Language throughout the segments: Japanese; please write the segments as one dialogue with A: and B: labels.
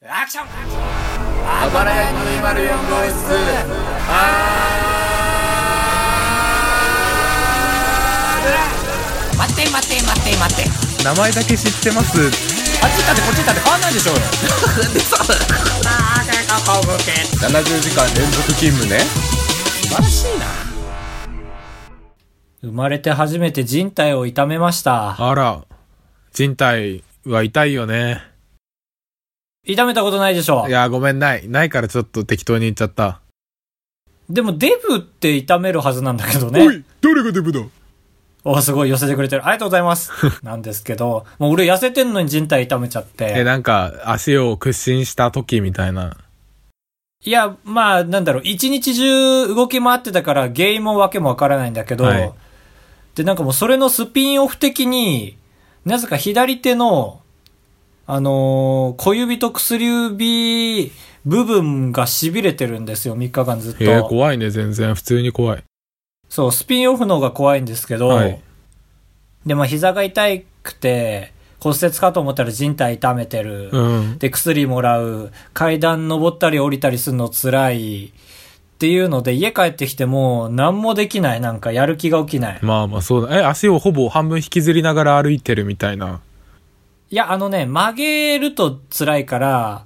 A: アクション
B: あばらや204号室
A: 待って待って待って待って
C: 名前だけ知ってます
A: あっち行ったってこっち行ったって変わんないでし ょうよあー結構向け
C: 70時間連続勤務ね
A: 素晴らしいな
D: 生まれて初めて人体を痛めました。
C: あら人体は痛いよね
D: 痛めたことないでしょ
C: いやごめんないないからちょっと適当に言っちゃった、
D: でもデブって痛めるはずなんだけどね。
C: いどれがデブだ
D: おすごい寄せてくれてる。ありがとうござ います。なんですけど、もう俺痩せてんのに人体痛めちゃっ
C: え
D: て。
C: なんか足を屈伸した時みたいない
D: や、まあ、なんだろう、一日中動き回ってたから原因も訳もわからないんだけど、
C: はい
D: で、なんかもうそれのスピンオフ的に、なぜか左手の、あのー小指と薬指部分が痺れてるんですよ、3日間ずっと。
C: えー、怖いね全然普通に怖い
D: そう、スピンオフの方が怖いんですけど、
C: はい
D: で、まあ膝が痛くて、骨折かと思ったら靭帯痛めてる。
C: うん
D: で、薬もらう。階段登ったり降りたりするの辛い。っていうので、家帰ってきても、何もできない。なんか、やる気が起きない。
C: まあまあそうだえ足をほぼ半分引きずりながら歩いてるみたいない
D: や、あのね、曲げると辛いから、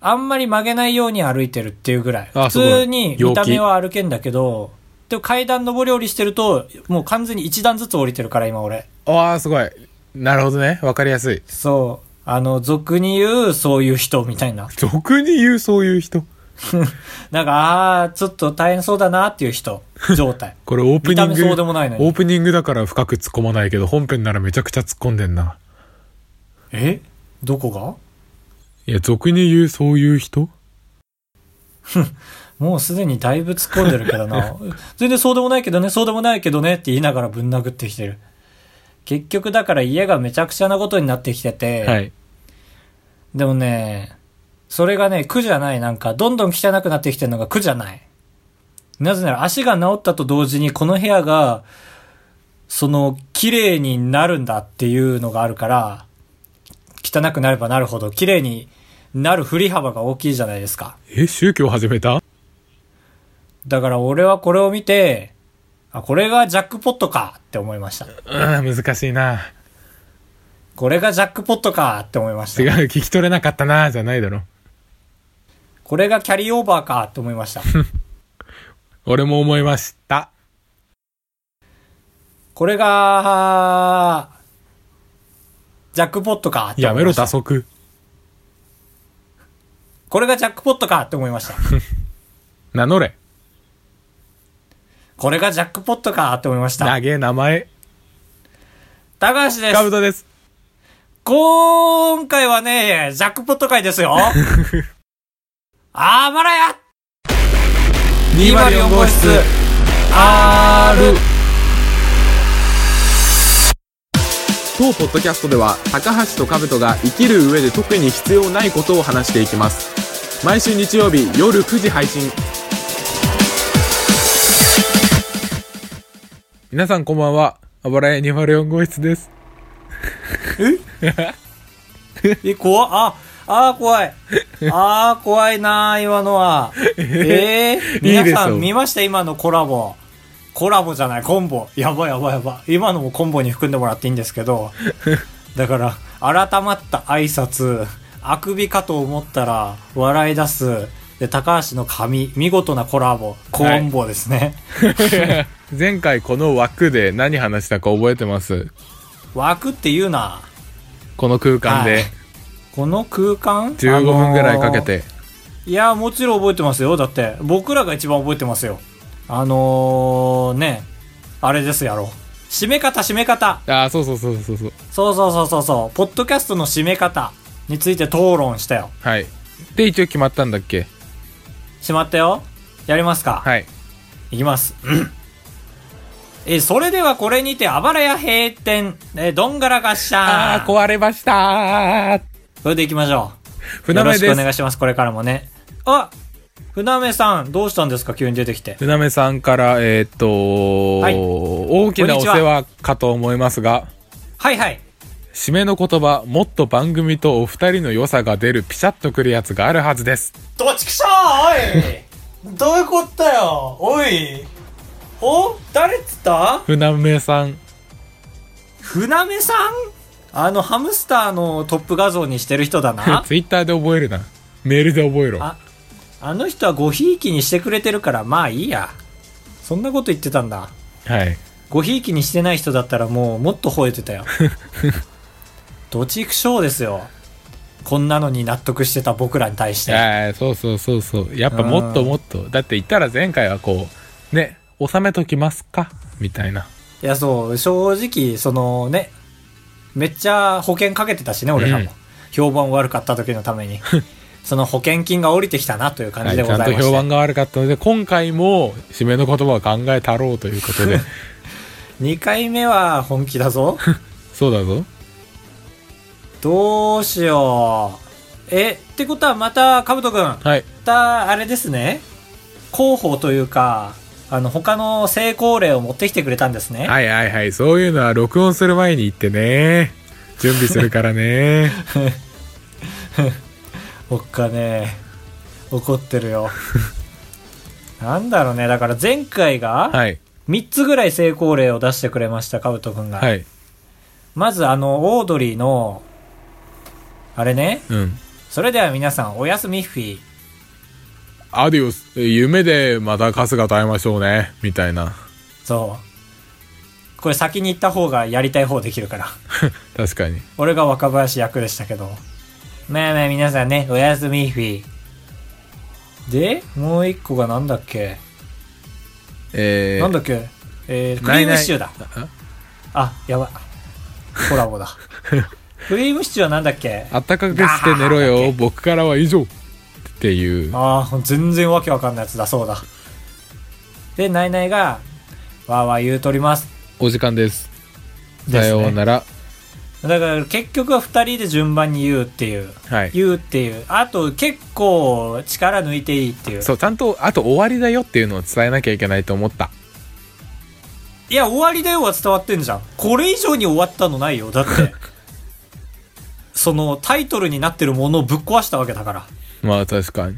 D: あんまり曲げないように歩いてるっていうぐらい。
C: あ
D: 普通
C: すごい
D: に見
C: 陽気
D: た目は歩けんだけど、でも階段登り降りしてると、もう完全に一段ずつ降りてるから、今俺。
C: ああすごいなるほどねわかりやすい
D: そう。あの、俗に言う、そういう人みたいな。
C: 俗に言うそういう人
D: なんか、ああー、ちょっと大変そうだなっていう人、状態。
C: こ れオープニン
D: 見
C: グ
D: た目そうでもないのに
C: オープニングだから深く突っ込まないけど本編ならめちゃくちゃ突っ込んでんな
D: えどこが
C: いや俗に言うそういう人
D: もうすでにだいぶ突っ込んでるけどな。 全然そうでもないけどね、そうでもないけどねって言いながらぶん殴ってきてる。結局だから家がめちゃくちゃなことになってきてて、
C: はい
D: でもね、それがね、苦じゃない。なんか、どんどん汚くなってきてるのが苦じゃない。なぜなら足が治ったと同時にこの部屋が、その、綺麗になるんだっていうのがあるから、汚くなればなるほど綺麗になる振り幅が大きいじゃないですか。
C: え宗教始めた
D: だから俺はこれを見て、あ、これがジャックポットかって思いました。
C: うん難しいな
D: これがジャックポットかって思いま
C: 違う
D: した。
C: 聞き取れなかったなじゃないだろ
D: これがキャリーオーバーかって思いました。
C: 俺も思いました
D: これが、ジャックポットかって
C: や
D: 思
C: め
D: い
C: ろ
D: ました
C: 打足
D: これがジャックポットかって思い ました。
C: 名乗れ
D: これがジャックポットかって思いました。
C: 投げ名前
D: 高橋で
C: カブ
D: す。
C: トです
D: 今回はね、ジャックポット会です よ。あばらや
C: 204号室 R
B: 当ポッドキャストでは高橋と兜が生きる上で特に必要ないことを話していきます毎週日曜日夜9時配信
C: 皆さんこんばんはあばらや204号室です
D: え、怖っあ、あー怖 い。あー怖いなー、今のは。えー、
C: いいで
D: 皆
C: し
D: さ
C: ょうん
D: 見ました今のコラボ。コラボじゃない、コンボ。やばいやばいやばい。今のもコンボに含んでもらっていいんですけど。だから、改まった挨拶、あくびかと思ったら、笑い出す。で、高橋の髪、見事なコラボ、コンボですね。
C: 前回この枠で何話したか覚えてます
D: 枠って言うな。
C: この空間
D: は
C: で
D: いこの空間
C: 15分ぐらいかけ。て、
D: いやもちろん覚えてますよだって僕らが一番覚えてますよあのー、ねあれですやろ締め方締め方
C: ああそうそうそうそうそう
D: そうそうそうそうそうポッドキャストの締め方について討論したよ
C: はいで一応決まったんだっけ
D: しまったよやりますか、
C: はい
D: い、きます うんえそれではこれにてあばらや閉店えどんがらがっしゃー
C: 壊れましたー
D: それでいきましょう
C: 船
D: よろ
C: 目
D: しく
C: で
D: お
C: す
D: 願いしますこれからもねあ船目さんどうしたんですか急に出てきて
C: 船目さんからえーっと、
D: はい
C: 大きなお世話かと思いますが
D: はいはい
C: 締めの言葉、もっと番組とお二人の良さが出るピシャッとくるやつがあるはずです。
D: どっちくしょーおい どういうことだよおいお誰っつった
C: 船目さん、
D: 船目さんあのハムスターのトップ画像にしてる人だ な
C: ツイッターで覚えるな。メールで覚えろ。
D: ああの人はごひいきにしてくれてるからまあいいやそんなこと言ってたんだ
C: はい。
D: ごひいきにしてない人だったらもうもっと吠えてた よどちくしょうですよこんなのに納得してた僕らに対して
C: ああ、そうそうそうそう。やっぱもっともっと。だって言ったら前回はこう、ね、収めときますかみたいな。
D: いや、そう、正直、そのね、めっちゃ保険かけてたしね、俺らも。
C: うん
D: 評判悪かった時のた めに。その保険金が降りてきたなという感
C: は
D: じ
C: い、
D: で
C: ち
D: ご
C: ゃ
D: ざい
C: ん
D: ま
C: と
D: して、
C: 評判が悪かったので、今回も締めの言葉を考えたろうということ で。
D: 2回目は本気 だぞ。
C: そうだぞ。
D: どうしよう。え、ってことはまた、かぶとくん、ま
C: はい。
D: た、あれですね、広報というか、あの、他の成功例を持ってきてくれたんです ね。
C: はいはいはい。そういうのは録音する前に言ってね。準備するからね。
D: 僕がね、怒ってる よ。なんだろうね、だから前回が、
C: はい。
D: 3つぐらい成功例を出してくれました、カブト君が。
C: はい。
D: まず、あの、オードリーの、あれね、
C: うん。
D: それでは皆さん、おやすみフィー。
C: アディオス、夢でまた春日と会いましょうね。みたいな。
D: そう。これ先に行った方がやりたい方できるから。
C: 確かに。
D: 俺が若林役でしたけど。まあまあ皆さんね、おやすみフィー。で、もう一個がなんだっけ、
C: えー、
D: なんだっけえー、ク
C: な
D: リ
C: い
D: ー
C: ない
D: ムシチューだ。あ、やばい。コラボ だ。クリームシチューはなんだっけ
C: あったかくして寝ろよ。僕からは以上。っていう。
D: ああ、全然わけわかんないやつだそうだ。で、ナイナイが、わーわー言うとります。
C: お時間です。
D: ですね
C: さようなら。
D: だから結局は二人で順番に言うっていう。
C: はい。
D: 言うっていう。あと結構力抜いていいっていう。
C: そう、ちゃんと、あと終わりだよっていうのを伝えなきゃいけないと思った。
D: いや、終わりだよは伝わってんじゃん。これ以上に終わったのないよ。だって。そのタイトルになってるものをぶっ壊したわけだから。
C: まあ確かに。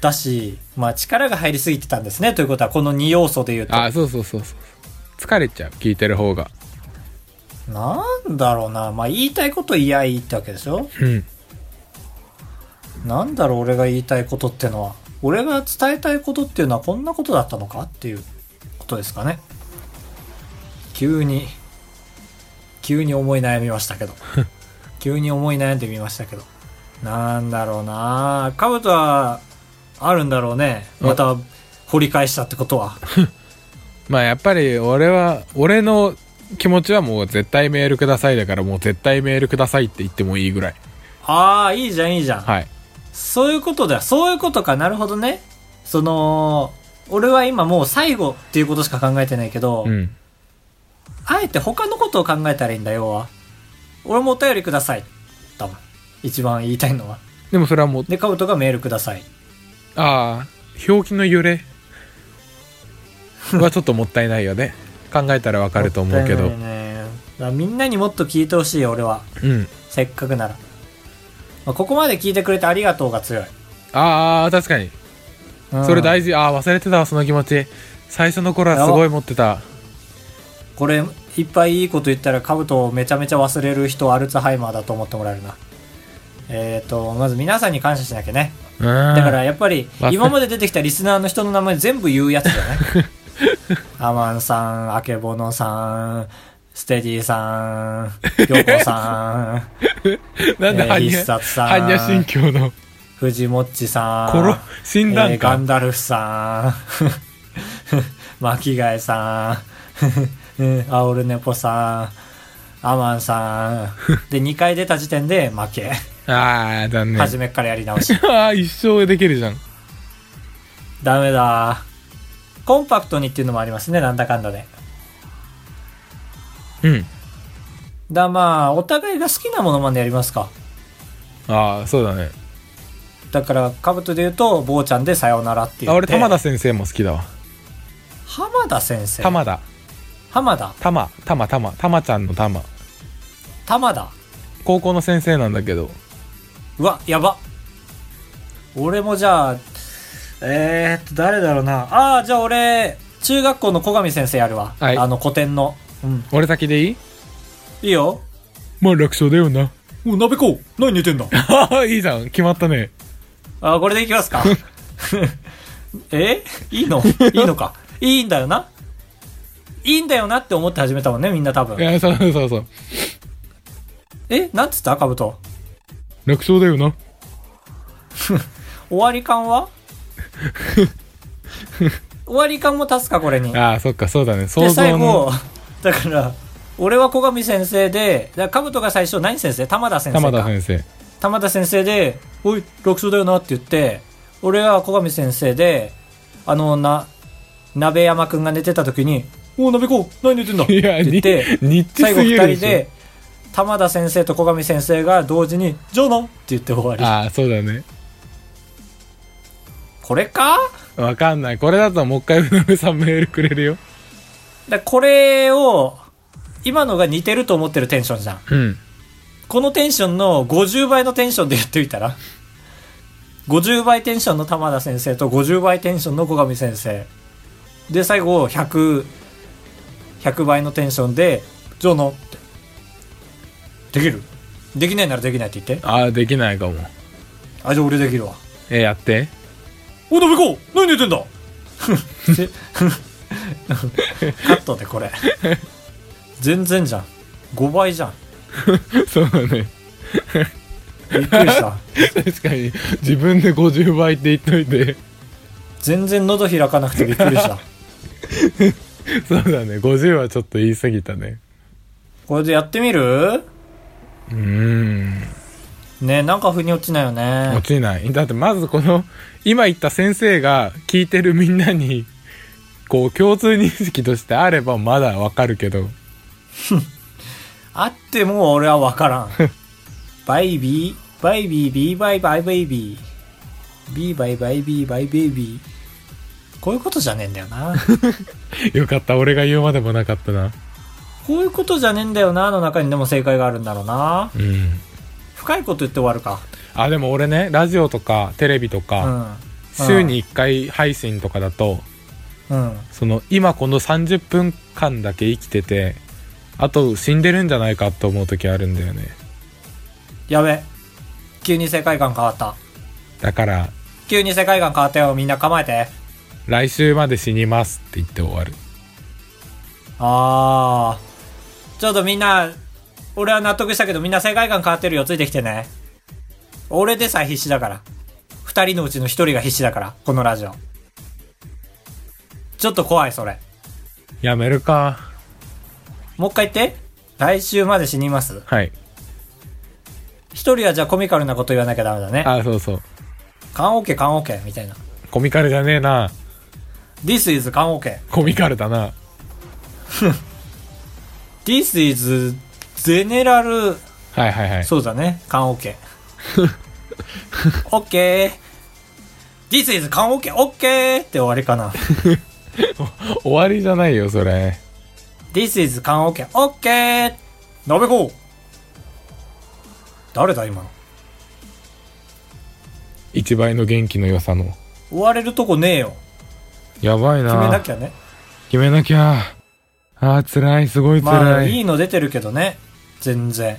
D: だし、まあ力が入りすぎてたんですね。ということはこの2要素で言うと。
C: あ、そうそうそうそう。疲れちゃう。聞いてる方が。
D: なんだろうな。まあ言いたいこと言いやいいってわけでしょ
C: うん。
D: なんだろう俺が言いたいことってのは俺が伝えたいことっていうのはこんなことだったのかっていうことですかね急に急に思い悩みましたけど急に思い悩んでみましたけどなんだろうなカブトはあるんだろうねまた掘り返したってことは
C: まあやっぱり俺は、俺の気持ちはもう絶対メールくださいだからもう絶対メールくださいって言ってもいいぐらい。
D: ああいいじゃんいいじゃん、
C: はい。
D: そういうことだそういうことかなるほどねその俺は今もう最後っていうことしか考えてないけど、
C: うん。
D: あえて他のことを考えたらいいんだよ、要は。俺もお便りください。多分。一番言いたいのは。
C: でもそれはもう、
D: で、カブトがメールください。
C: ああ、表記の揺 れはちょっともったいないよね。考えたらわかると思うけ
D: も
C: ど
D: ったい。ないねだからみんなにもっと聞いてほしいよ、俺は。
C: うん。
D: せっかくなら。まあここまで聞いてくれてありがとうが強い。
C: ああ、確かに。
D: うん
C: それ大事。ああ、忘れてたわ、その気持ち。最初の頃はすごい持ってた。
D: これ、いっぱいいいこと言ったら、カブトをめちゃめちゃ忘れる人、アルツハイマーだと思ってもらえるな。えっ、と、まず皆さんに感謝しなきゃね。
C: うん。
D: だか
C: は
D: らやっぱり
C: 忘れ
D: 今まで出てきたリスナーの人の名前全部言うやつだ ねアマンさんあけぼのさんステディさん ヨコさん
C: い、なんで、
D: えー
C: 般
D: 必
C: 若、
D: 殺さん
C: 般若心経の、
D: 藤もっちさん
C: ころ、診
D: え
C: 断
D: ーガ
C: か。
D: ンダルフさん 巻貝さんうんアオルネポさんアマンさんで2回出た時点で負け、
C: ああ、残念。
D: 初めっからやり直し
C: ああ、一生できるじゃん。
D: ダメだコンパクトにっていうのもありますねなんだかんだで
C: うん。
D: だまあお互いが好きなものまでやりますか
C: ああ、そうだね。
D: だからカブトで言うと坊ちゃんでさようならって言
C: あ、
D: って
C: 俺、玉田先生も好きだわ。
D: 浜田先生
C: 玉田。
D: 浜田
C: 玉、玉、玉、玉、玉ちゃんの玉。
D: 玉だ。
C: 高校の先生なんだけど
D: うわ、やば。俺もじゃあ、えーっと、誰だろうな。ああー、じゃあ俺、中学校の小上先生やるわ。
C: はい
D: あの、古典の。うん。
C: 俺先でいい
D: いいよ。
C: まあ楽勝だよな
D: お、鍋こう。何寝てんだ。
C: いいじゃん決まったね
D: あー、これでいきます か。えいいのいいのか。いいんだよな。いいんだよなって思って始めたもんね、みんな多
C: い
D: 分。
C: やそうそうそうそう
D: えなんつったかぶと。
C: 楽勝だよな
D: 終わり感 は終わり感も足すか、これに。
C: ああそっかそうだね想
D: で最
C: 像の
D: 後だから俺は小上先生でだから兜が最初何先生玉田先生か
C: 玉田先生
D: 玉田先生で「おい六章だよな」って言って俺は小上先生であのな鍋山くんが寝てた時に「おお鍋子何寝てんだ」っ
C: いや
D: て
C: に
D: 言 って
C: ニッチ
D: 最後
C: すぎ
D: 二
C: るで
D: 人
C: しょ
D: で玉田先生と小上先生が同時に「ジョノ」って言って終わり
C: ああそうだね
D: これか
C: わかんないこれだともう一回うのめさんメールくれるよ
D: だこれを今のが似てると思ってるテンションじゃん
C: うん
D: このテンションの50倍のテンションでやってみたら50倍テンションの玉田先生と50倍テンションの小上先生で最後100100倍のテンションで「ジョノ」って「できるできないならできない」って言って
C: ああできないかも
D: 「あじゃあ俺できるわ
C: えーやって」
D: 「おい鍋子何寝てんだ!で」カットでこれ全然じゃん5倍じゃん
C: そうだね
D: びっくりした
C: 確かに自分で50倍って言っといて
D: 全然喉開かなくてびっくりした
C: そうだね50はちょっと言い過ぎたね
D: これでやってみる
C: うーん
D: ねなんか腑に落ちないよね
C: 落ちないだってまずこの今言った先生が聞いてるみんなにこう共通認識としてあればまだわかるけど
D: あっても俺は分から んバイビーバイビービーバイバイバイビービーバイバイビーバイベイビーこういうことじゃねえんだよ な
C: よかった俺が言うまでもなかったな
D: こういうことじゃねえんだよなの中にでも正解があるんだろうな
C: うん
D: 深いこと言って終わるか
C: あでも俺ねラジオとかテレビとか、週に1回配信とかだと
D: うんうん
C: その今この30分間だけ生きててあと死んでるんじゃないかと思う時あるんだよね
D: やべ急に世界観変わった
C: だから
D: 急に世界観変わったよみんな構えて
C: 来週まで死にますって言って終わる
D: あー。ちょっとみんな、俺は納得したけどみんな世界観変わってるよ。ついてきてね。俺でさえ必死だから。二人のうちの一人が必死だから。このラジオ。ちょっと怖い、それ。
C: やめるか
D: もう一回言って。来週まで死にます。
C: はい
D: 一人はじゃあコミカルなこと言わなきゃダメだね。
C: あそうそう
D: 缶オケ、缶オケ、みたいな。
C: コミカルじゃねえな
D: This is 缶オケ。
C: コミカルだな
D: This is ゼネラル、
C: はいはいはい
D: そうだね。缶オケ。オッケー。This is 缶オケ、オッケーって終わりかな。
C: 終わりじゃないよそれ
D: This is 缶オケ、オッケー。鍋子誰だ今の。
C: 一倍の元気の良さの
D: 終われるとこねえよ。
C: やばい
D: 決めな
C: な
D: きゃね。
C: 決めなきゃあー辛いすごい辛い、
D: まあ、いいの出てるけどね。全然。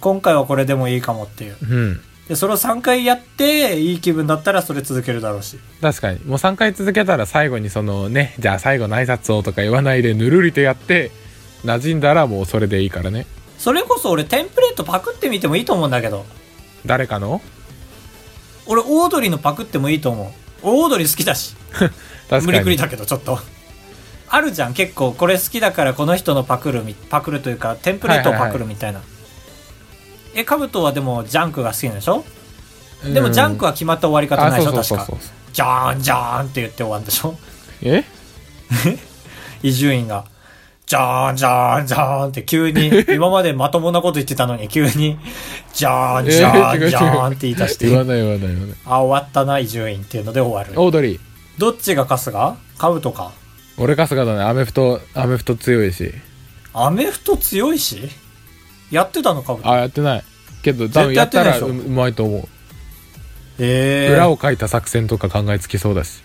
D: 今回はこれでもいいかもっていう。
C: うん
D: で、それを3回やって、いい気分だったらそれ続けるだろうし。
C: 確かにもう3回続けたら最後にそのねじゃあ最後の挨拶をとか言わないでぬるりとやって馴染んだらもうそれでいいからね
D: それこそ俺テンプレートパクってみてもいいと思うんだけど。
C: 誰かの
D: 俺、オードリーのパクってもいいと思う。俺オードリー好きだし。
C: 確
D: 無
C: か
D: 理くり
C: に
D: だけどちょっとあるじゃん結構これ好きだからこの人のパクるみパクるというかテンプレートをパクるみたいな、えカブトはでもジャンクが好きなんでしょ、でもジャンク
C: は
D: は決まった終わり方ない
C: あ
D: でし
C: そ
D: ょ
C: うそうそう
D: 確
C: そ
D: か
C: う
D: ジャーンジャーンって言って終わるんでしょ
C: え
D: 伊集院がジャーンジャーンジャーンって急に今までまともなこと言ってたのに急にジャーンジャ
C: えー違う違
D: ーン
C: う
D: ジャーンって言い出し
C: 言わ
D: て
C: ない言わない言わない
D: あ終わったな伊集院っていうので終わる
C: オードリー
D: どっちが春日カブトか
C: 俺春日だねアメフトアメフト強いし
D: アメフト強いしやってたのかぶと
C: あやってないけど多分
D: 絶対や
C: や
D: っ
C: って
D: な
C: た
D: いで
C: ら
D: しょ
C: ううまいと思う、
D: ええ
C: 裏を書いた作戦とか考えつきそうだし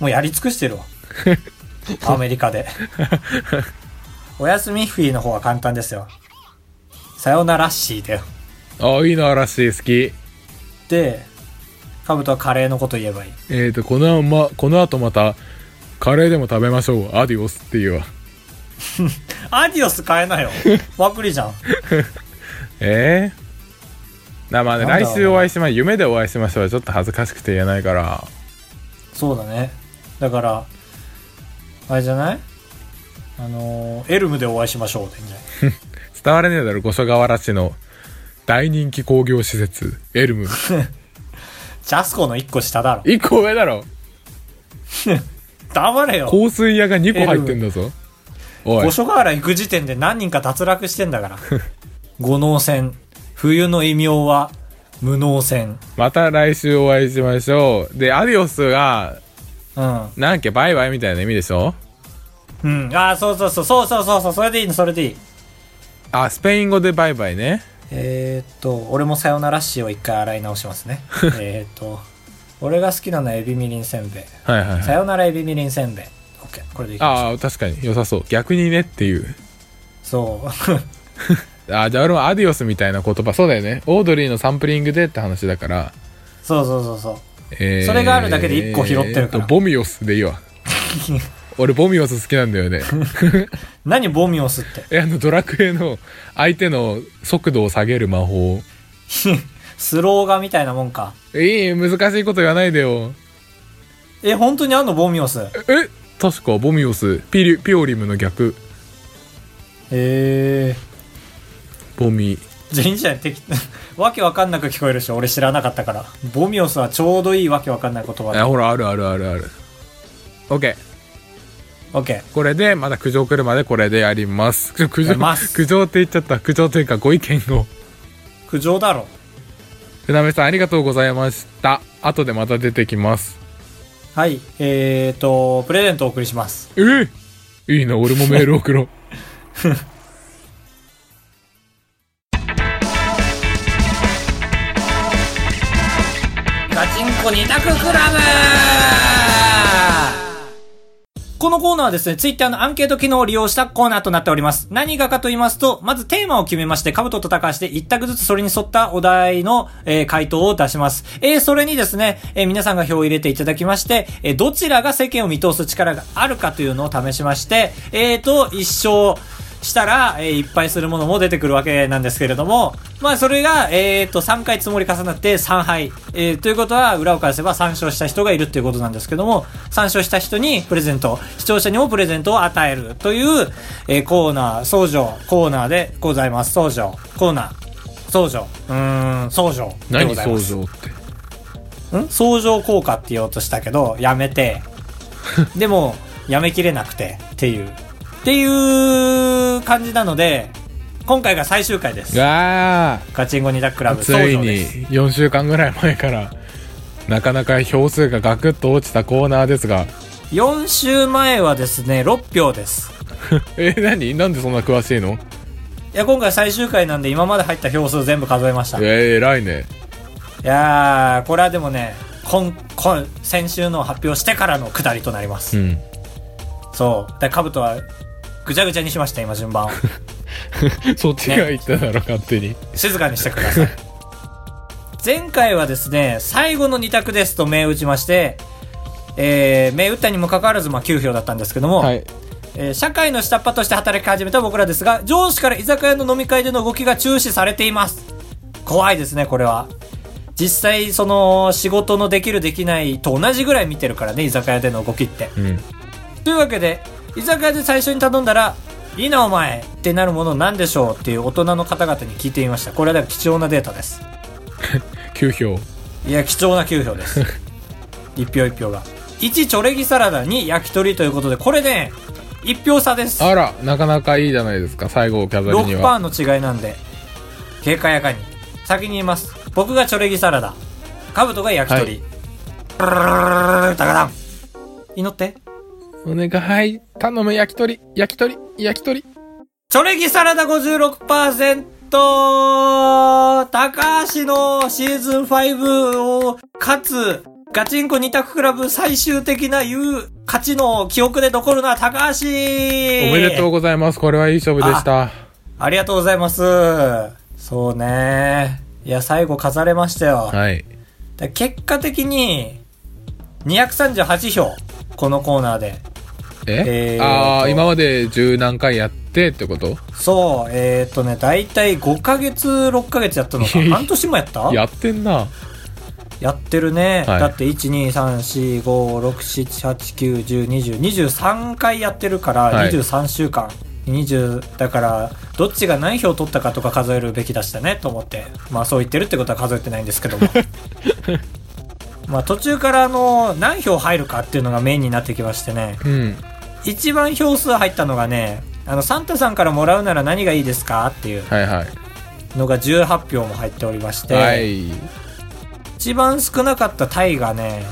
D: もうやり尽くし てるわアメリカでおやすみフィーの方は簡単ですよさよならっしーだよ
C: ああいいな嵐好き
D: でカブトはカレーのこと言えばいい
C: えー、とこの,、ま、この後またカレーでも食べましょうアディオスっていうわ
D: アディオス変 えなよパクリじゃん
C: ええなまあね
D: なんだ
C: 来週お会いしま夢でお会いしましょうはちょっと恥ずかしくて言えないから
D: そうだねだからあれじゃないあのーエルムでお会いしましょうってんじゃない
C: 伝われねえだろ五所川原市の大人気工業施設エルム
D: ジャスコの1個下だろ
C: 一個上だろ
D: 黙れよ
C: 香水屋が2個入ってんだぞおい
D: 五所川原行く時点で何人か脱落してんだから 五能線冬の異名は無能線
C: また来週お会いしましょうでアディオスが
D: うん
C: なんけバイバイみたいな意味でしょ
D: うんああそうそうそうそうそうそうそうそれでいいのそれでいい
C: あスペイン語でバイバイね
D: えー、っと俺もさよなら詩を一回洗い直しま すねえーっと俺が好きなのはエビみりんせんべい
C: はいはい、は
D: さ
C: い、
D: よならエビみりんせんべい OK これでいきましょう
C: ああ確かに良さそう逆にねっていう
D: そう
C: あじゃあ俺もアディオスみたいな言葉そうだよねオードリーのサンプリングでって話だから、
D: そうそうそうそう
C: えー
D: それがあるだけで一個拾ってるから
C: えーとボミオスでいい わ俺ボミオス好きなんだよね
D: 何ボミオスって
C: えあのドラクエの相手の速度を下げる魔法
D: スローガみたいなもんか
C: えい難しいこと言わないでよ
D: え本当にあんのボミオスへ
C: え確かボミオスピリピオリムの逆
D: え
C: ボミ
D: じゃあいいんじゃない適 わけわかんなく聞こえるし俺知らなかったからボミオスはちょうどいいわけわかんない言葉
C: あほらあるあるあるある OK
D: オッケー
C: これでまた苦情来るまでこれで やります苦苦
D: や
C: 情
D: ります
C: 苦情って言っちゃった苦情というかご意見を
D: 苦情だろ
C: 船目さんありがとうございました後でまた出てきます
D: はいえーとプレゼントお送りします
C: えーいいな俺もメール送ろう
A: ガチンコ二択クラブ
D: このコーナーはですね、ツイッターのアンケート機能を利用したコーナーとなっております。何がかと言いますと、まずテーマを決めまして、カブトと高橋で一択ずつそれに沿ったお題の、えー回答を出します。えーそれにですね、えー皆さんが票を入れていただきまして、えーどちらが世間を見通す力があるかというのを試しまして、えーと、一勝したら、えーいっぱいするものも出てくるわけなんですけれども、まあそれが、えーと、3回積もり重なって3敗。えーということは、裏を返せば3勝した人がいるということなんですけども、3勝した人にプレゼント、視聴者にもプレゼントを与えるという、えーコーナー、相乗コーナーでございます。相乗コーナー、相乗うーん、相乗でご
C: 何
D: ざいま
C: 相
D: す。
C: 乗って
D: ん相乗効果って言おうとしたけど、や めて。でも、やめきれなくて、っていう。っていう感じなので、今回が最終回です。
C: あ
D: ガチンコニダクラブ、
C: つ
D: 相
C: い
D: 乗
C: に
D: です。
C: 4週間ぐらい前からなかなか票数がガクッと落ちたコーナーですが
D: 4週前はですね、6票です。
C: え何なんでそんな詳しいの
D: いや、今回最終回なんで、今まで入った票数全部数えました。い
C: えー、偉いね
D: やー、これはでもね、今、今、先週の発表してからの下りとなりま
C: う
D: す。
C: ん
D: そう。で、カブトは、ぐちゃぐちゃにしました、今順番を。
C: そっちが言っただろ勝手に
D: 静かにしてくだ さい前回はですね最後の2択ですと銘打ちまして、えー、銘打ったにもかかわらず、まあ、9票だったんですけども、
C: はい
D: えー社会の下っ端として働き始めた僕らですが上司から居酒屋の飲み会での動きが注視されています怖いですねこれは実際その仕事のできるできないと同じぐらい見てるからね居酒屋での動きって
C: うん
D: というわけで居酒屋で最初に頼んだら「いいなお前!」ってなるものなんでしょうっていう大人の方々に聞いてみましたこれはだから貴重なデータです
C: 9票
D: いや貴重な9票です 1票1票が1チョレギサラダ2焼き鳥ということでこれね1票差です
C: あらなかなかいいじゃないですか最後を飾りに
D: 6%
C: は
D: の違いなんで軽快やかに先に言います僕がチョレギサラダカブトが焼き鳥、ブルルルルルルルタカタン祈って
C: お願い頼む焼き鳥焼き鳥焼き鳥
D: チョレギサラダ56%高橋のシーズン5を勝つガチンコ二択クラブ最終的な言う勝ちの記憶で残るのは高橋お
C: おめでとうございます。これはいい勝負でした。
D: ありがとうございます。そうね。いや、最後飾れましたよ。
C: はい。
D: だ結果的に、238票。このコーナーで。
C: え
D: えーと
C: ああ、今まで十何回やってってこと
D: そう、えー、っとね、だいたい5ヶ月、6ヶ月やったのか。
C: いやいや
D: 半年もやった
C: やってんな。
D: やってるね。
C: はい
D: だって、1、2、3、4、5、6、7、8、9、10、20、23回やってるから、
C: はい
D: 23週間。20だからどっちが何票取ったかとか数えるべきだしたねと思ってまあそう言ってるってことは数えてないんですけ どもまあ途中からあの何票入るかっていうのがメインになってきましてね
C: うん。
D: 一番票数入ったのがねあのサンタさんからもらうなら何がいいですかっていう
C: はいは
D: のが18票も入っておりまし
C: い。
D: て、
C: はい。
D: 一番少なかったタイがね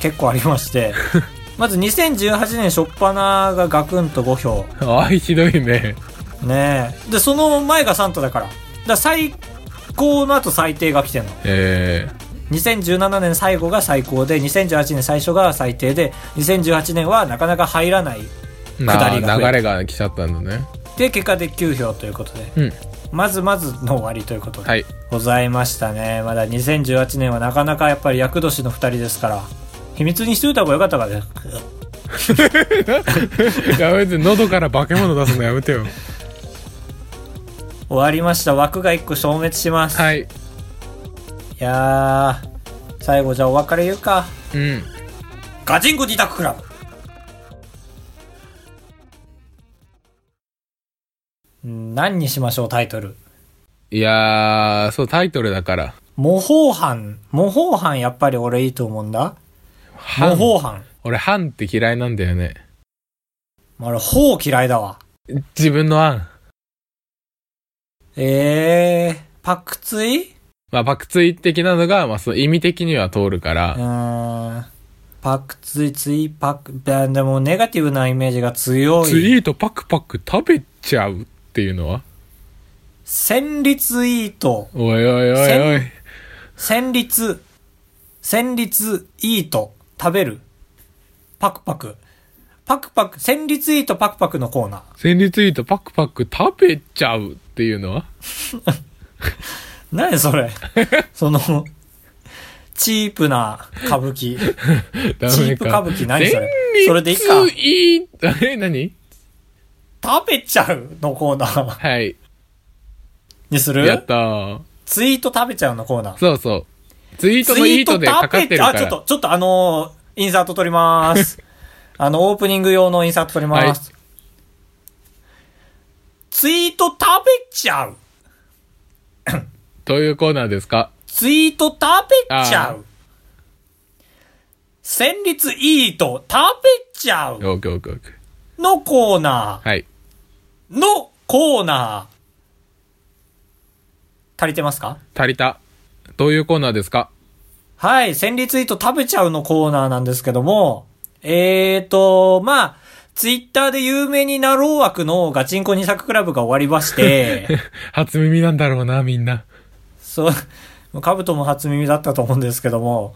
D: 結構ありまして まず2018年初っ端がガクンと5票
C: ああ、ひどいね。
D: ねえでその前がサンタだからだから最高の後最低が来てんの
C: え
D: 2017年最後が最高で2018年最初が最低で2018年はなかなか入らない
C: ー、な
D: 下りが増えた
C: 流れが来ちゃったんだね。
D: で結果で9票ということで
C: うん。
D: まずまずの終わりということで、
C: はい。
D: ございましたねまだ2018年はなかなかやっぱり厄年の2人ですから秘密にしといた方がよかったからね
C: いやめて、喉から化け物出すのやめ てよ。
D: 終わりました枠が1個消滅します、い、
C: はい。
D: やー最後じゃあお別れ言うか
C: うん。
D: ガチンコ自宅クラブうん何にしましょうタイトル
C: いやー、そう、タイトルだから。
D: 模倣犯模倣犯やっぱり俺いいと思うんだ模
C: ハン。
D: 倣犯
C: 俺、ハンって嫌いなんだよね。
D: 俺法嫌いだわ
C: 自分の案。
D: えー、パクツイ
C: まあ、爆追的なのが、まあ、その意味的には通るか
D: う
C: ら、
D: ーんパクツイツイパクだでもネガティブなイメージが強
C: ツ
D: い
C: イートパクパク食べちゃうっていうのは
D: 戦リツイート
C: おいおいおいおい。
D: 戦律戦律イート食べるパクパクパクパク戦律イートパクパクのコーナー
C: 戦リツイートパクパク食べちゃうっていうのは
D: 何それそのチープな歌舞伎
C: ダ
D: チ
C: メ
D: ープ歌
C: か。
D: 舞伎何それそ
C: 戦
D: れでい
C: リ
D: い
C: ツ
D: か
C: イート、 え、何
D: 食べちゃうのコーナー
C: はい。
D: にす
C: や
D: る
C: ったー。
D: ツイート食べちゃうのコーナー
C: そうそう。ツイートのイートでかかってるか
D: あ、ちょっ
C: ら。
D: と、ちょっとあのーインサート撮ります。 あの、オープニング用のインサート撮ります。ツイート食べちゃう。
C: というコーナーですか
D: ツイート食べちゃ
C: あー
D: う。戦律イート食べちゃう
C: よくよくよく。
D: のコーナ
C: はい。
D: ーのコーナー。足りてますか
C: 足りた。どういうコーナーですか
D: はい、千里ツイート食べちゃうのコーナーなんですけども、えーと、まあ、ツイッターで有名になろう枠のガチンコ二作クラブが終わりまして、
C: 初耳なんだろうな、みんな。
D: そう、カブトも初耳だったと思うんですけども、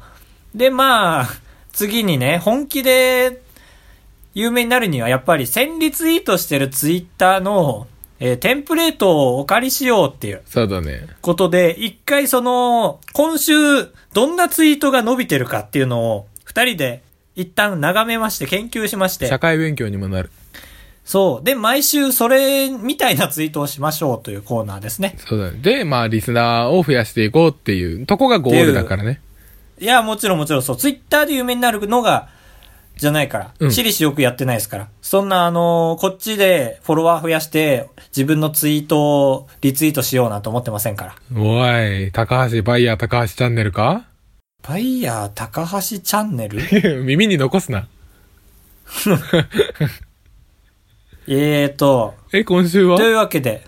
D: で、まあ、次にね、本気で有名になるには、やっぱり千里ツイートしてるツイッターの、えーテンプレートをお借りしようっていう
C: そうだね。
D: ことで、一回その、今週、どんなツイートが伸びてるかっていうのを、二人で、一旦眺めまして、研究しま
C: 社
D: して。
C: 会勉強にもなる。
D: そう。で、毎週、それ、みたいなツイートをしましょうというコーナーですね。
C: そうだね。で、まあ、リスナーを増やしていこうっていうとこがゴールだからね。
D: いや、もちろんもちろんそう。ツイッターで有名になるのが、じゃないから。
C: うん
D: 私利私欲やってないですから。そんな、あのーこっちでフォロワー増やして、自分のツイートをリツイートしようなんて思ってませんから。
C: おい、高橋、バイヤー高橋チャンネルか
D: バイヤー高橋チャンネル
C: 耳に残すな。
D: えーと、
C: え、今週は
D: というわけで、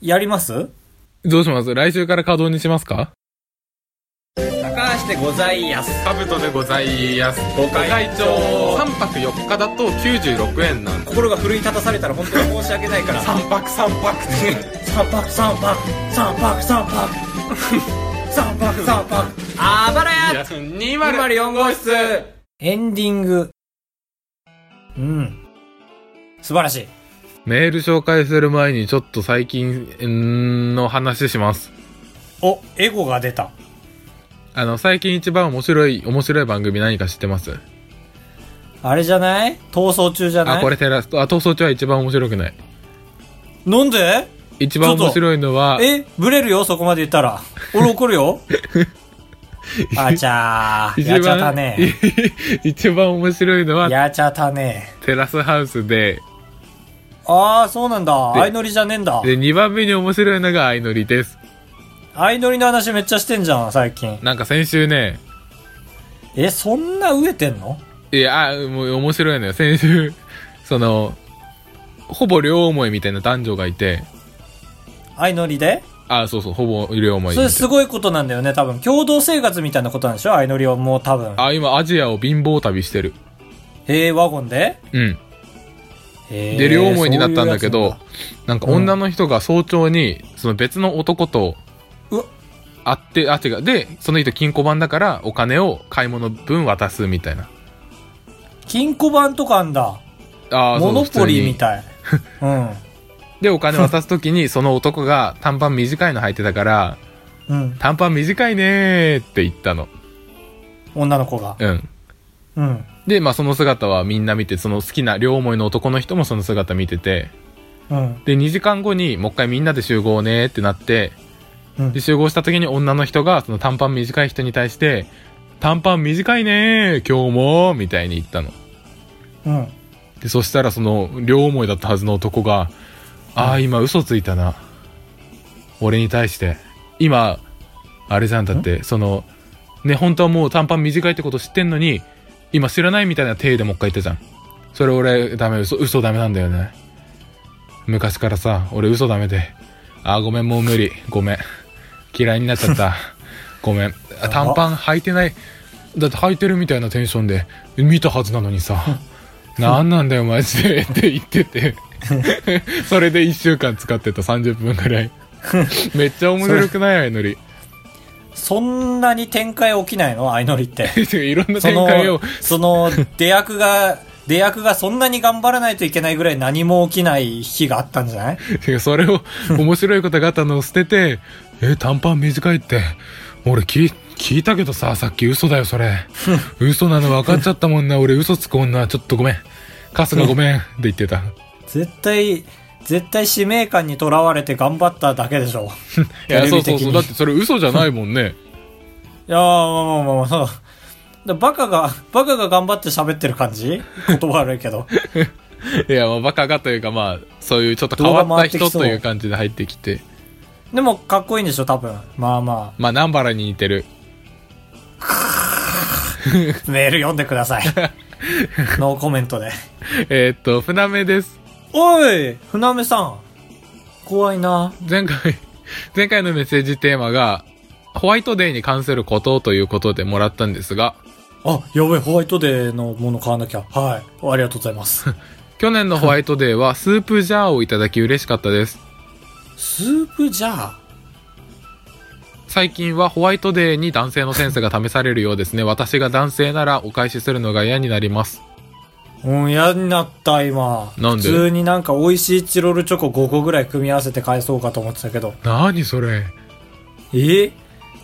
D: やります
C: どうします来週から稼働にしますか
D: 高
A: 高橋でございやす。
B: カブトでございますご
A: 会長
B: 3泊4日だと96円なんで
A: 心が奮い立たされたら本当に申し訳ないから。
B: 3泊3泊って
D: 三泊三泊三泊三泊 三泊三泊
A: あばらや
B: 204号室
D: エンディング。うん。素晴らしい。
C: メール紹介する前にちょっと最近の話します。
D: お、エゴが出た。
C: あの、最近一番面白い、面白い番組何か知ってます
D: あれじゃない逃走中じゃない
C: あ、これテラスト、あ、逃走中は一番面白くない。
D: なんで
C: 一番面白いのは、
D: え、ブレるよ、そこまで言った ら。俺怒るよ。あちゃー。
C: 一
D: や
C: 番
D: っちゃったね。
C: 一番面白いのは、
D: やっちゃったね。
C: テラスハウスで、
D: あー、そうなんだ。
C: で
D: 相乗りじゃねえんだ。
C: で、2番目に面白いのが相乗りです。
D: 相乗りの話めっちゃしてんじゃん、最近。
C: なんか先週ね、
D: え、そんな飢えてんの
C: いや、あもう面白いのよ。先週、その、ほぼ両思いみたいな男女がいて、
D: 相乗りで
C: あ、そうそう、ほぼ両思い
D: そ
C: みたい
D: れ
C: な。
D: すごいことなんだよね、多分。共同生活みたいなことなんでしょ相乗りはもう多分。
C: あ、今、アジアを貧乏旅してる。
D: へえ、ワゴンで
C: うん。
D: へー
C: で、両思いになったんだけど、なんか
D: うん
C: 女の人が早朝に、その別の男と
D: うわ、
C: 会って、あ、違う。で、その人金庫番だから、お金を買い物分渡すみたいな。
D: 金庫版とかあんだ。
C: あーそう
D: モノポリーみ
C: い。
D: たい。 うん。
C: で、お金渡すとき に、その男が短パン短いの履いてたから、
D: うん。
C: 短パン短いねーって言ったの。
D: 女の子が。
C: うん。
D: うん。
C: で、まあその姿はみんな見て、その好きな両思いの男の人もその姿見てて、
D: うん。
C: で、2時間後にもう一回みんなで集合ねーってなって、
D: うん
C: で、集合した時に女の人がその短パン短い人に対して、短パン短いねー今日もーみたいに言ったの。
D: うん。
C: で、そしたらその両思いだったはずの男が、ああ、今嘘ついたな。俺に対して。今、あれじゃんだって、その、ね、本当はもう短パン短いってこと知ってんのに、今知らないみたいな体でもう一回言ったじゃん。それ俺ダメ、嘘、嘘ダメなんだよね。昔からさ、俺嘘ダメで。ああ、ごめん、もう無理。ごめん。嫌いになっちゃった。ごめん。あ短パン履いてない。だって履いてるみたいなテンションで、見たはずなのにさ。なんなんだよ、マジで。って言ってて。それで1週間使ってた30分ぐらい。めっちゃ面白くない、あいのり。
D: そんなに展開起きないの相乗りって。
C: いろ んな
D: そ
C: 展
D: の
C: 開を、、
D: その、出役が、 出役がそんなに頑張らないといけないぐらい何も起きない日があったんじゃない
C: てかそれを、面白いことがあったのを捨てて、え、短パン短いって、俺聞い、聞いたけどさ、さっき嘘だよ、それ。嘘なの分かっちゃったもんな、俺嘘つく女、ちょっとごめん。カスがごめん、って言って た。
D: 絶対、絶対使命感にとらわれて頑張っただけでしょ。
C: いや、
D: テレ
C: そう
D: ビ
C: そう
D: 的
C: そう。
D: に
C: だってそれ嘘じゃないもんね。
D: いやー、まあまあまあまあ、そう。だバカが、バカが頑張って喋ってる感じ言葉悪いけど。
C: いや、まあ、バカがというか、まあ、そういうちょっと変わ
D: 動画
C: った
D: 回って
C: 人
D: きそう
C: という感じで入ってきて、
D: でも、かっこいいんでしょ多分。まあま
C: まあ、南原に似てる。
D: あ。メール読んでく ださい。ノーコメントで。
C: えーっと、船目です。
D: おい船目さん怖いな。
C: 前回、 前回のメッセージテーマが、ホワイトデーに関することということでもらったんですが、
D: あ、やべえ、ホワイトデーのもの買わなきゃ。はい。ありがとうござ います。
C: 去年 のホワイトデーはスープジャーをいただき嬉しかったです。
D: スープジャー
C: 最近はホワイトデーに男性のセンスが試されるようですね。私が男性ならお返しするのが嫌になります。
D: うん、嫌になった、今。
C: なんで
D: 普通になんか美味しいチロルチョコ5個ぐらい組み合わせて返そうかと思ってたけど。
C: なにそれ
D: え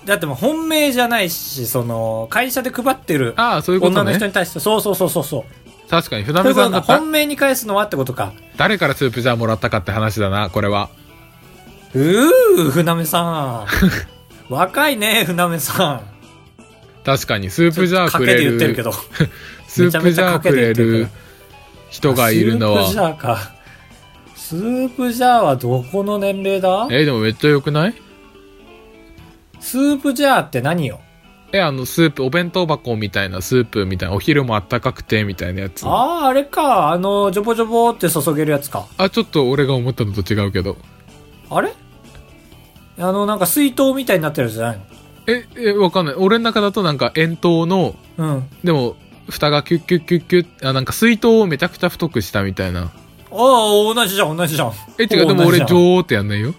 D: だってもう本命じゃないし、その、会社で配ってる
C: ああ、そういうこと
D: 女の
C: ね
D: 人。に対して、そうそうそうそうそう。
C: 確かに、船
D: とい
C: 目さ
D: うこと
C: ん
D: で
C: だった
D: 本命に返すのはってことか。
C: 誰からスープジャーもらったかって話だな、これは。
D: うー、船目さ ん。若いね、船目さん。
C: 確かに、スープジャー
D: か
C: く
D: け
C: れ
D: て言ってるけ
C: る、
D: ど。
C: スープジャーくれる人がいるの
D: スープジ
C: は、
D: ャーか。スープジャーはどこの年齢だ
C: え、でもめっちゃ良くない
D: スープジャーって何よ
C: え、あの、スープ、お弁当箱みたいな、スープみたいな、お昼もあったかくて、みたいなやつ。あ
D: ああ、あれか。あの、ジョボジョボって注げるやつか。
C: ちょっと俺が思ったのと違うけど。
D: あれあの、なんか水筒みたいになってるやつじゃないの
C: え、え、わかんない。俺の中だとなんか円筒の、
D: うん。
C: でも、蓋がキュッキュッキュッキュッ、あ、なんか水筒をめちゃくちゃ太くしたみたいな。
D: ああ、同じじゃん、同じじゃん。
C: え、てかでも
D: 同じ
C: 俺、
D: じ
C: ジ
D: ゃん
C: ョーってやんないよ。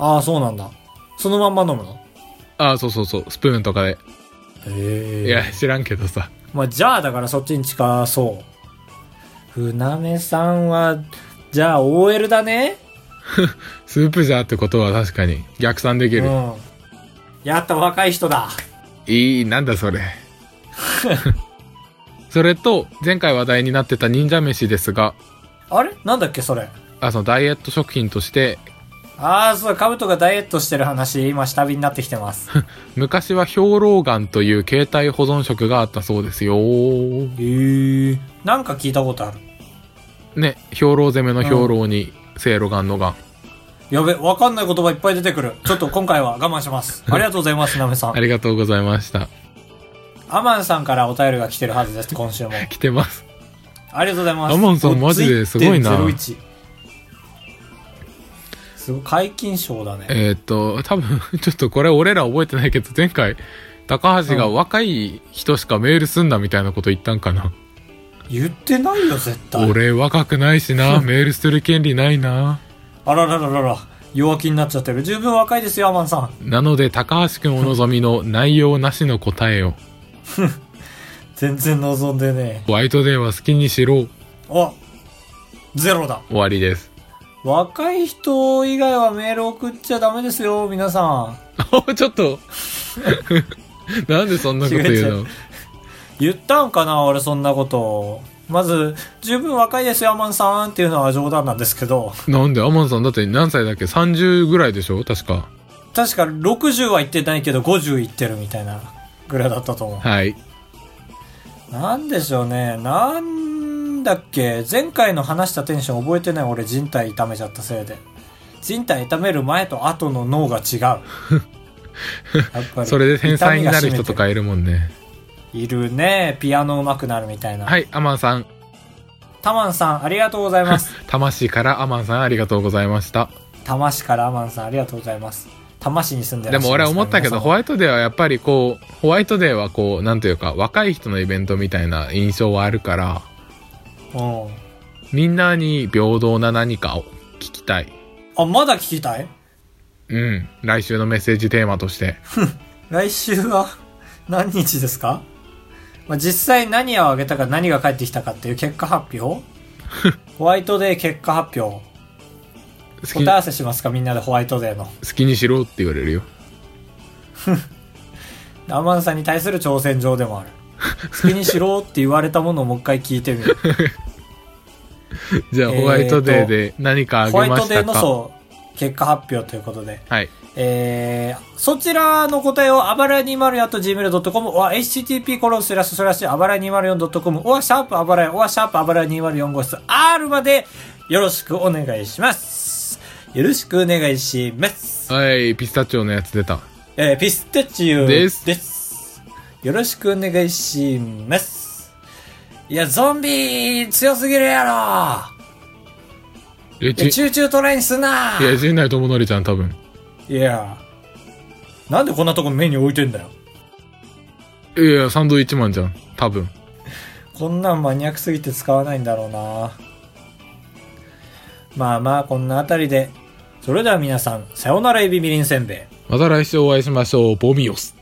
D: ああ、そうなんだ。そのまんま飲むの
C: あ、そうそうそう、スプーンとかで。
D: へ
C: いや、知らんけどさ。
D: まあ、じゃあだからそっちに近そう。船目さんは、じゃあ OL だね
C: スープジャーってことは確かに逆算でき
D: う
C: る。
D: ん。やった若い人だ。
C: いい、なんだそれ。 それと、前回話題になってた忍者飯ですが、
D: あれなんだっけそれ。
C: あ、そのダイエット食品として、
D: ああ、そう、カブトがダイエットしてる話、今下火になってきて ます。
C: 昔は兵糧丸という携帯保存食があったそうですよ。
D: へえ。なんか聞いたことある。
C: ね、兵糧攻めの兵糧に、せいろがんのがん。
D: やべ、わかんない言葉いっぱい出てくる。ちょっと今回は我慢します。ありがとうございます、なめさ
C: あ
D: ん。
C: りがとうございました。
D: アマンさんからお便りが来てるはずです、今週も。
C: 来てます。
D: ありがとうございます。
C: アマンさんマジですごいな
D: 51.01すごい、解禁賞だね。
C: えーっと、多分、 ちょっとこれ俺ら覚えてないけど、前回、高橋が若い人しかメールすんなみたいなこと言ったんかな。
D: 言ってないよ、絶対。
C: 俺若くないし な、メールする権利ないな。
D: あららららら、弱気になっちゃってる。十分若いですよ、アマンさん。
C: なので、高橋くんお望みの内容なしの答えを、
D: 全然望んでねえ。
C: ホワイトデーは好きにしろ、
D: あゼロだ。
C: 終わりです。
D: 若い人以外はメール送っちゃダメですよ、皆さ
C: おちょっと、 なんでそんなこと言うの
D: ん。言ったんかな、俺そんなこと。まず、十分若いですよ、アマンさんっていうのは冗談なんですけど、
C: なんで、アマンさんだって何歳だっけ ?30 ぐらいでしょ確か。
D: 確か60は言ってないけど、50言ってるみたいなぐらいだったと思う。
C: はい。
D: なんでしょうね。なんだっけ。前回の話したテンション覚えてない俺人体痛めちゃったせいで。人体痛める前と後の脳が 違う。やっぱり
C: それで天才になる人と。かいるもんね。
D: いるね。ピアノ上手くなるみたいな。
C: はい、アマンさん。
D: タマンさん、ありがとうございます。
C: 魂からアマンさんありがとうございました。
D: タマ市からアマンさん、ありがとうございます。タマ市に住んで
C: で
D: らっしゃ
C: も
D: い
C: 俺
D: ます
C: は思ったけど、ホ
D: 皆
C: ワイトデーはやっぱりこう、ホワイトデーはこう、なんというか、若い人のイベントみたいな印象はあるから、
D: さんうん。
C: みんなに平等な何かを聞きたい。
D: あ、まだ聞きたい
C: うん。来週のメッセージテーマとして。
D: 来週は 何日ですか、まあ、実際何をあげたか何が返ってきたかっていう結果発表 ホワイトデー結果発
C: 好
D: 表
C: き
D: 答え合わせしますかみんなでホワイトデーの
C: 好きにしろって言われるよ。
D: アマンさんに対する挑戦状でも ある好きにしろって言われたものをもう一回聞いてみる
C: じゃあ、
D: えーと
C: ホワイトデーで何かあげ
D: ホワイ
C: ま
D: ト
C: し
D: デー
C: た
D: の
C: か
D: そう結果発表ということで
C: はい。
D: えー、そちらの答えを、あばらや 204.gmail.com は、http コロンスラッシュスラッシュ、あばらや 204.com は、シャープあばらや、は、シャープあばらや204号室 R まで、よろしくお願いします。よろしくお願いします。
C: はい、ピスタチオのやつ出た。
D: えー、ピスタチオ
C: です
D: です。よろしくお願いします。いや、ゾンビ強すぎるやろ
C: え、
D: いや
C: ち、
D: チューチュートレインすない
C: や、陣内智則ちゃん多分。
D: いや、なんでこんなとこ目に置いてんだよ。
C: いや、サンドイッチマンじゃん。多分。
D: こんなんマニアックすぎて使わないんだろうなまあまあこんなあたりでそれでは皆さんさようならエビみりんせんべい
C: また来週お会いしましょう。ボミオス。